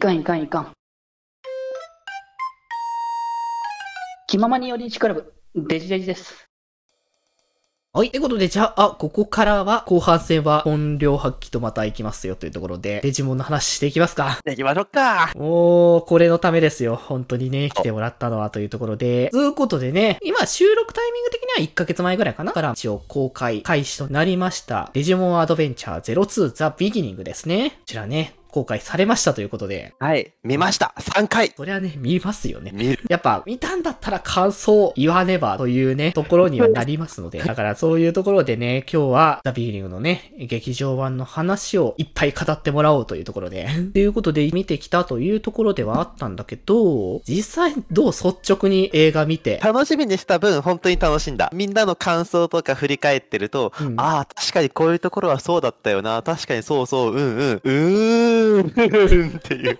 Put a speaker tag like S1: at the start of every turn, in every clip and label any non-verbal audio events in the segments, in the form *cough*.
S1: かんいかんいかん。気ままに寄り道クラブ、デジデジです。
S2: はい。ってことで、じゃあ、あここからは、後半戦は本領発揮とまた行きますよというところで、デジモンの話していきますか。
S3: 行きましょうか。
S2: もう、これのためですよ。本当にね、来てもらったのはというところで。ということでね、今収録タイミング的には1ヶ月前ぐらいかなから、一応公開開始となりました。デジモンアドベンチャー02ザ・ビギニングですね。こちらね、公開されましたということで。
S3: はい。見ました。3回。
S2: そりゃね、見ますよね。
S3: 見る。
S2: やっぱ、見たんだったら感想言わねばというね、ところにはなりますので。だからそういうところでね、今日はザ・ビーリングのね、劇場版の話をいっぱい語ってもらおうというところで。ということで、見てきたというところではあったんだけど、実際どう率直に映画見て。
S3: 楽しみにした分、本当に楽しんだ。みんなの感想とか振り返ってると、
S2: うん
S3: ああ、確かにこういうところはそうだったよな。確かにそうそう、うんうん、うーん、 *laughs* っていう。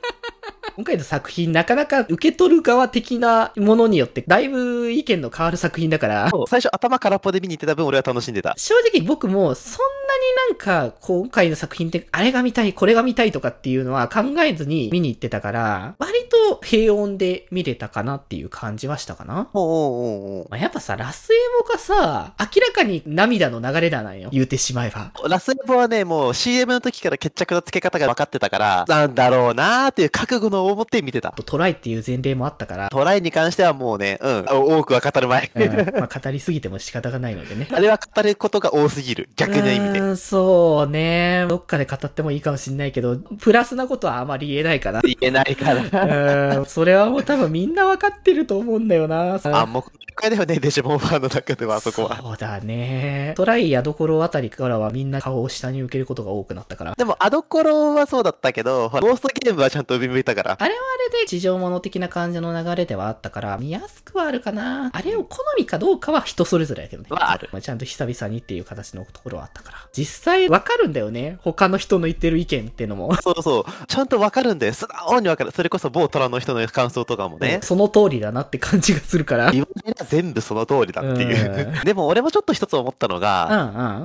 S2: 今回の作品なかなか受け取る側的なものによって、だいぶ意見の変わる作品だから、
S3: 最初頭空っぽで見に行ってた分、俺は楽しんでた。
S2: 正直僕もそんなになんか今回の作品ってあれが見たい、これが見たいとかっていうのは考えずに見に行ってたから、割と平穏で見れたかなっていう感じはしたかな。
S3: おうおうおう
S2: まあ、やっぱさ、ラスエボがさ、明らかに涙の流れだなんよ。言うてしまえば。
S3: おうラスエボはね、もう CM の時から決着のつけ方が分かってたから、なんだろうなーっていう覚悟の思って見てた
S2: あ。とトライっていう前例もあったから、
S3: トライに関してはもうね、うん、お多くは語るまい。
S2: うん、まあ語りすぎても仕方がないのでね。
S3: *laughs* あれは語ることが多すぎる。逆の意味で
S2: う。ーんそうね。どっかで語ってもいいかもしんないけど、プラスなことはあまり言えないかな。
S3: 言えないから。
S2: うん、それはもう多分みんなわかってると思うんだよな。
S3: *laughs* あ、もう、回だよね、デジモンファンの中では、あそこは。
S2: そうだね。トライやどころあたりからはみんな顔を下に受けることが多くなったから。
S3: でも、アドコロはそうだったけど、ほらゴーストゲームはちゃんと上向いたから。
S2: あれはあれで地上物的な感じの流れではあったから、見やすくはあるかな。あれを好みかどうかは人それぞれだけどね。
S3: はある。
S2: まあ、ちゃんと久々にっていう形のところはあったから。実際わかるんだよね。他の人の言ってる意見ってのも。
S3: そうそう。ちゃんとわかるんだよ。素直にわかる。それこそ某虎の人の感想とかもね。
S2: その通りだなって感じがするから。うん
S3: 言われりゃ全部その通りだっていう。 *laughs* でも、俺もちょっと一つ思ったのが、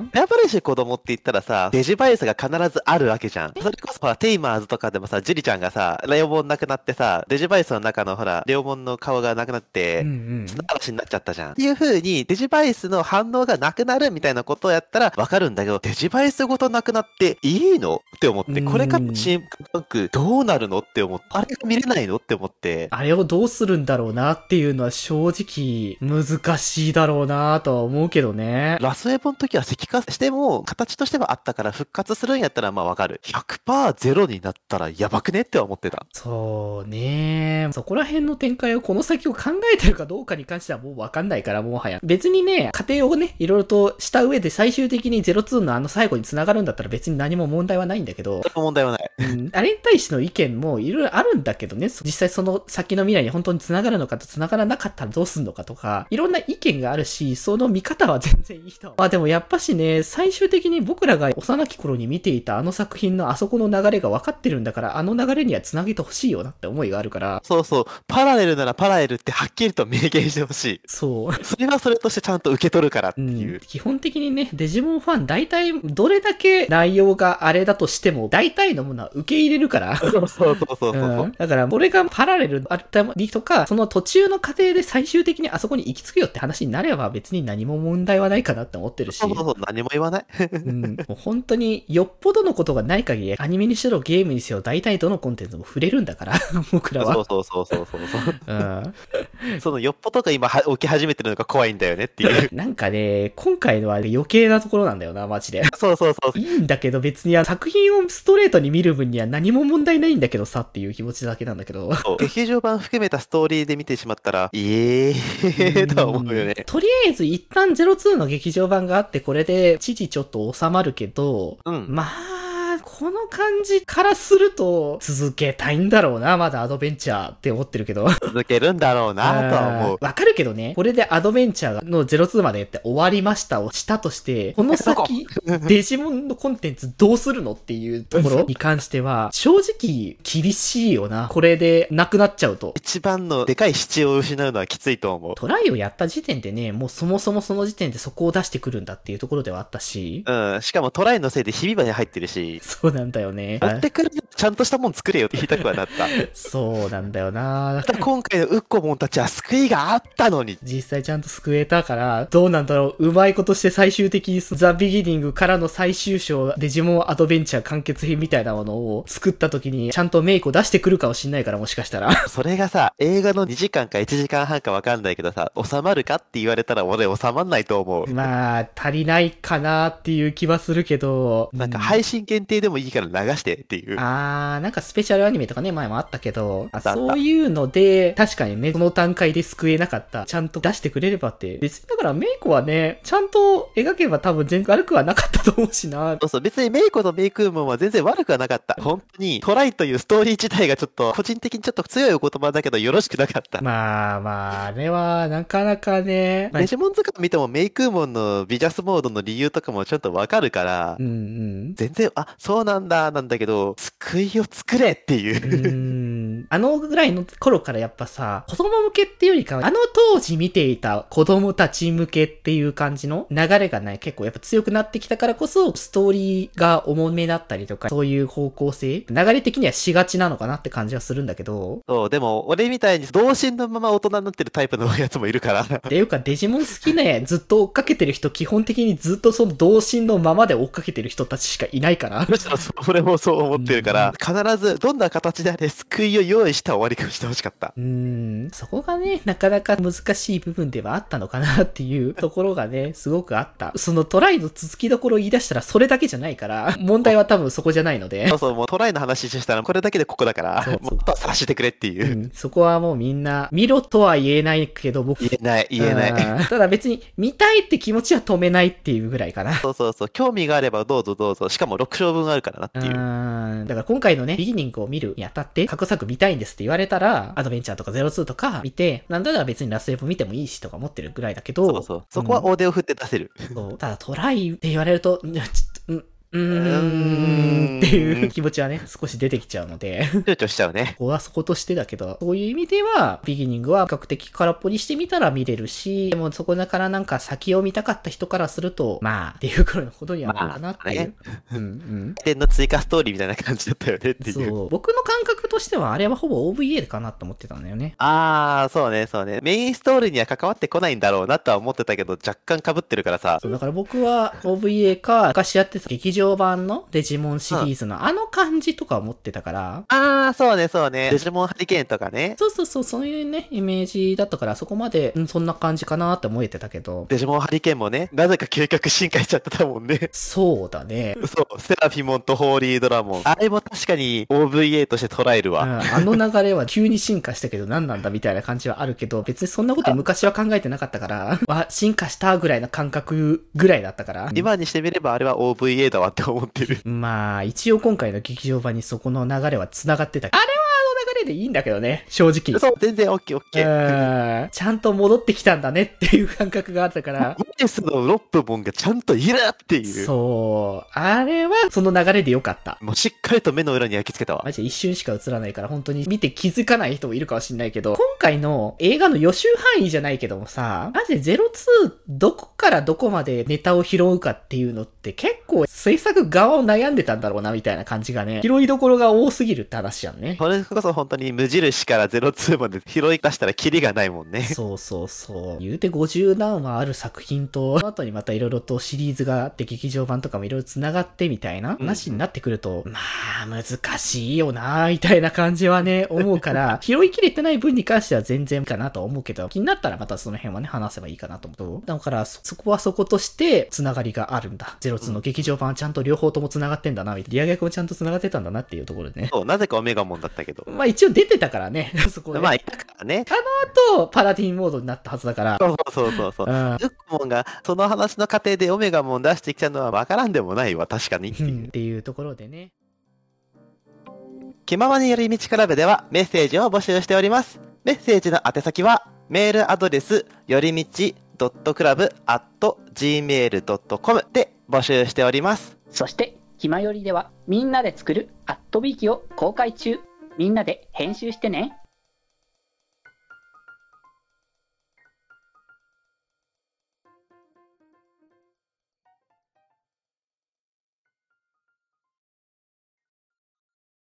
S2: うん。
S3: やっぱりし子供って言ったらさ、デジバイスが必ずあるわけじゃん。それこそほら、テイマーズとかでもさ、ジュリちゃんがさ、レオモンなくなってさ、デジバイスの中のほら、レオモンの顔がなくなって、
S2: うんうん。
S3: 砂嵐になっちゃったじゃん。っていう風に、デジバイスの反応がなくなるみたいなことをやったらわかるんだけど、デジバイスごとなくなっていいのって思って、これか
S2: うん
S3: らチームバンクどうなるのって思って、あれが見れないのって思って、
S2: あれをどうするんだろうなっていうのは正直難しいだろうなとは思うけどね。
S3: ラスエボの時は石化しても、形としてはあったから復活するんやったらまあわかる。100%ゼロになったらやばくねって思ってた。
S2: そうね。そこら辺の展開をこの先を考えてるかどうかに関してはもうわかんないから、もはや。別にね、過程をね、いろいろとした上で最終的に02のあの最後に繋がるんだったら別に何も問題はないんだけど
S3: そ、れも問題はない。
S2: うんあれに対しての意見もいろいろあるんだけどね、そ実際その先の未来に本当に繋がるのかと繋がらなかったらどうすんのかとか、いろんな意見があるし、その見方は全然いい
S3: *laughs*
S2: と。まあでもやっぱしね、最終的に僕らが幼き頃に見ていたあの作品のあそこの流れが分かってるんだから、あの流れには繋げてほしいよなって思いがあるから、
S3: そうそう。パラレルならパラレルってはっきりと明言してほしい。
S2: そう。
S3: それはそれとしてちゃんと受け取るからって
S2: う
S3: い
S2: ん
S3: う。、
S2: 基本的にね、デジモンファン、大体、どれだけ内容があれだとしても、大体のものは受け入れるから、
S3: そうそうそうそうそう。
S2: うんだから、俺がパラレルあったりとか、その途中の過程で最終的にあそこに行き着くよって話になれば別に何も問題はないかなって思ってるし、
S3: そうそうそう、何も言わない。
S2: うん、もう本当によっぽどのことがない限り、アニメにしろゲームにしろ大体どのコンテンツも触れるんだから、 *laughs* 僕ら
S3: そ
S2: は
S3: う。そうそうそうそう *laughs* そう。
S2: うん、
S3: そのよっぽどが今は起き始めてるのが怖いんだよねっていう。
S2: なんかね、今回のは余計なところなんだよな、マジで。
S3: *laughs* そうそうそう。
S2: いいんだけど別にあの作品をストレートに見る分には何も問題ないんだけどさっていう気持ちだけなんだけど。
S3: そう劇場版含めたストーリーで見てしまったら、いえーとは思うよね
S2: ん。とりあえず一旦02の劇場版があって、これで、知事ちょっと収まるけど、
S3: うん。
S2: まあ、この感じからすると、続けたいんだろうな、まだアドベンチャーって思ってるけ
S3: *laughs*
S2: ど。
S3: 続けるんだろうなとは思
S2: あ。
S3: う
S2: ーわかるけどね、これでアドベンチャーの02までやって終わりましたをしたとして、この
S3: *laughs*
S2: 先、デジモンのコンテンツどうするのっていうところに関しては、正直厳しいよな。これでなくなっちゃうと。
S3: 一番のでかい支柱を失うのはきついと思う。
S2: トライをやった時点でね、もうそもそもその時点でそこを出してくるんだっていうところではあったし、
S3: うん。しかもトライのせいでひび場に入ってるし、
S2: そうなんだよね。
S3: 持ってくるならちゃんとしたもん作れよって言いたくはな *laughs* った。
S2: そうなんだよな。
S3: ただ今回のウッコモンたちは救いがあったのに。
S2: 実際ちゃんと救えたから、どうなんだろう。うまいことして最終的にザ・ビギニングからの最終章、デジモンアドベンチャー完結編みたいなものを作った時に、ちゃんとメイクを出してくるかもしんないから、もしかしたら。
S3: *laughs* それがさ、映画の2時間か1時間半かわかんないけどさ、収まるかって言われたら俺収まんないと思う。
S2: まあ、足りないかなっていう気はするけど。
S3: なんか
S2: う
S3: 配信限定でもいいから流してっていう。
S2: あー、なんかスペシャルアニメとかね、前もあったけど、あ
S3: ったあった
S2: そういうので、確かにね、その段階で救えなかった。ちゃんと出してくれればって。別にだからメイクはね、ちゃんと描けば多分全然悪くはなかったと思うしな。
S3: そうそう、別にメイコとメイクウーマンは全然悪くはなかった。本当に、トライというストーリー自体がちょっと、個人的にちょっと強いお言葉だけど、よろしくなかった。
S2: まあまあ、あれは、なかなかね。まあ
S3: デジモン図鑑見てもメイクウーマンのビジャスモードの理由とかもちょっとわかるから
S2: う、んうん。
S3: 全然、あ、そうなんだ、なんだけど、救いを作れっていうう。
S2: ーんあのぐらいの頃からやっぱさ、子供向けっていうよりかは、あの当時見ていた子供たち向けっていう感じの流れがね、結構やっぱ強くなってきたからこそ、ストーリーが重めだったりとか、そういう方向性、流れ的にはしがちなのかなって感じはするんだけど、
S3: そう、でも、俺みたいに童心のまま大人になってるタイプのやつもいるから。
S2: っていうかデジモン好きね、ずっと追っかけてる人、基本的にずっとその童心のままで追っかけてる人たちしかいないから。
S3: むしろそう俺もそう思ってるから、必ずどんな形であれ救いを用意した終わりをしてほしかった。
S2: うーん、そこがね、 *laughs* なかなか難しい部分ではあったのかなっていう *laughs* ところがね、すごくあった。そのトライの続きどころを言い出したらそれだけじゃない
S3: *laughs*
S2: から、問題は多分そこじゃないので
S3: そ。うそう、もうトライの話したらこれだけでここだから
S2: そう、
S3: もっと察してくれっていうう。
S2: ん、そこはもうみんな、見ろとは言えないけど、僕
S3: 言えない、言えない。
S2: い。ただ別に、見たいって気持ちは止めないっていうぐらいかな。
S3: そうそうそう、興味があればどうぞどうぞ、しかも6章分あるからなって
S2: う
S3: いう。
S2: ーんだから今回のね、ビギニングを見るにあたって、過去作見たいんですって言われたら、アドベンチャーとか02とか見て、なんだったら別にラスエブ見てもいいしとか思ってるぐらいだけど、
S3: そうそう。そこは大手を振って出せる。
S2: そう。ただトライって言われると、ん *laughs* ちょっと、んうーん
S3: うーん
S2: っていう気持ちはね、少し出てきちゃうので、 *laughs*
S3: 躊躇しちゃうね。
S2: ここはそことしてだけど、そういう意味では、ビギニングは比較的空っぽにしてみたら見れるし、でもそこだからなんか先を見たかった人からすると、まあ、っていうくらいのことにはなるかなっていう。うんうん。
S3: 点の追加ストーリーみたいな感じだったよねっていう。
S2: そう。僕の感覚としては、あれはほぼ OVA かなと思ってたんだよね。
S3: あー、そうね、そうね。メインストーリーには関わってこないんだろうなとは思ってたけど、若干被ってるからさ。
S2: そう、だから僕は OVA か、昔やってた劇場版のデジモンシリーズのあの感じとか思ってたから、
S3: あー、そうね、そうね。デジモンハリケーンとかね。
S2: そうそうそう、そういうね、イメージだったから、そこまで、うん、そんな感じかなって思えてたけど。
S3: デジモンハリケーンもね、なぜか究極進化しちゃってたもん *laughs* ね。
S2: そうだね。
S3: そう、セラフィモンとホーリードラモン。あれも確かに OVA として捉える
S2: うん
S3: わ。
S2: あの流れは急に進化したけど何なんだみたいな感じはあるけど、別にそんなこと昔は考えてなかったから、 *laughs* わ、進化したぐらいな感覚ぐらいだったから。
S3: 今にしてみればあれは OVA だわって思ってる。
S2: まあ、一応今回の劇場版にそこの流れは繋がってた。あれはあの流れでいいんだけどね、正直。
S3: そう、全然 OKOK。
S2: うんちゃんと戻ってきたんだねっていう感覚があったから。
S3: ゴデスのロップモンがちゃんといるっていう。
S2: そう。あれは、その流れでよかった。
S3: もうしっかりと目の裏に焼き付けたわ。
S2: マジで一瞬しか映らないから本当に見て気づかない人もいるかもしんないけど、今回の映画の予習範囲じゃないけどもさ、マジで02どこからどこまでネタを拾うかっていうのって結構制作側を悩んでたんだろうなみたいな感じがね、拾いどころが多すぎるって話やんね。
S3: これこそ本当に無印から02まで拾い出したらキリがないもんね。
S2: *laughs* そうそうそう。言うて50何話ある作品と、その後にまた色々とシリーズがあって、劇場版とかも色々繋がってみたいな話になってくると、まあ、難しいよなみたいな感じはね、思う
S3: *laughs*
S2: から、拾いきれてない分に関しては全然いいかなとは思うけど、気になったらまたその辺はね、話せばいいかなと思う。だから、そそこはそことして、繋がりがあるんだ。ゼロツーの劇場版はちゃんと両方とも繋がってんだな、みたいな。リア逆もちゃんと繋がってたんだなっていうところでね。
S3: そう、なぜかオメガモンだったけど。
S2: まあ一応出てたからね、 *laughs* そこで。
S3: まあ、いたからね。
S2: と、パラディンモードになったはずだから。
S3: そうそうそうそう
S2: う。ん。
S3: ウッコモンがその話の過程でオメガモン出してきたのは分からんでもないわ、確かにって
S2: う
S3: い
S2: んっ
S3: う。
S2: ていうところでね。
S3: 気ままに寄り道クラブではメッセージを募集しております。メッセージの宛先はメールアドレスよりみち .club.gmail.com で募集しております。
S1: そして、ひまよりではみんなで作るアットビーキを公開中。みんなで編集してね。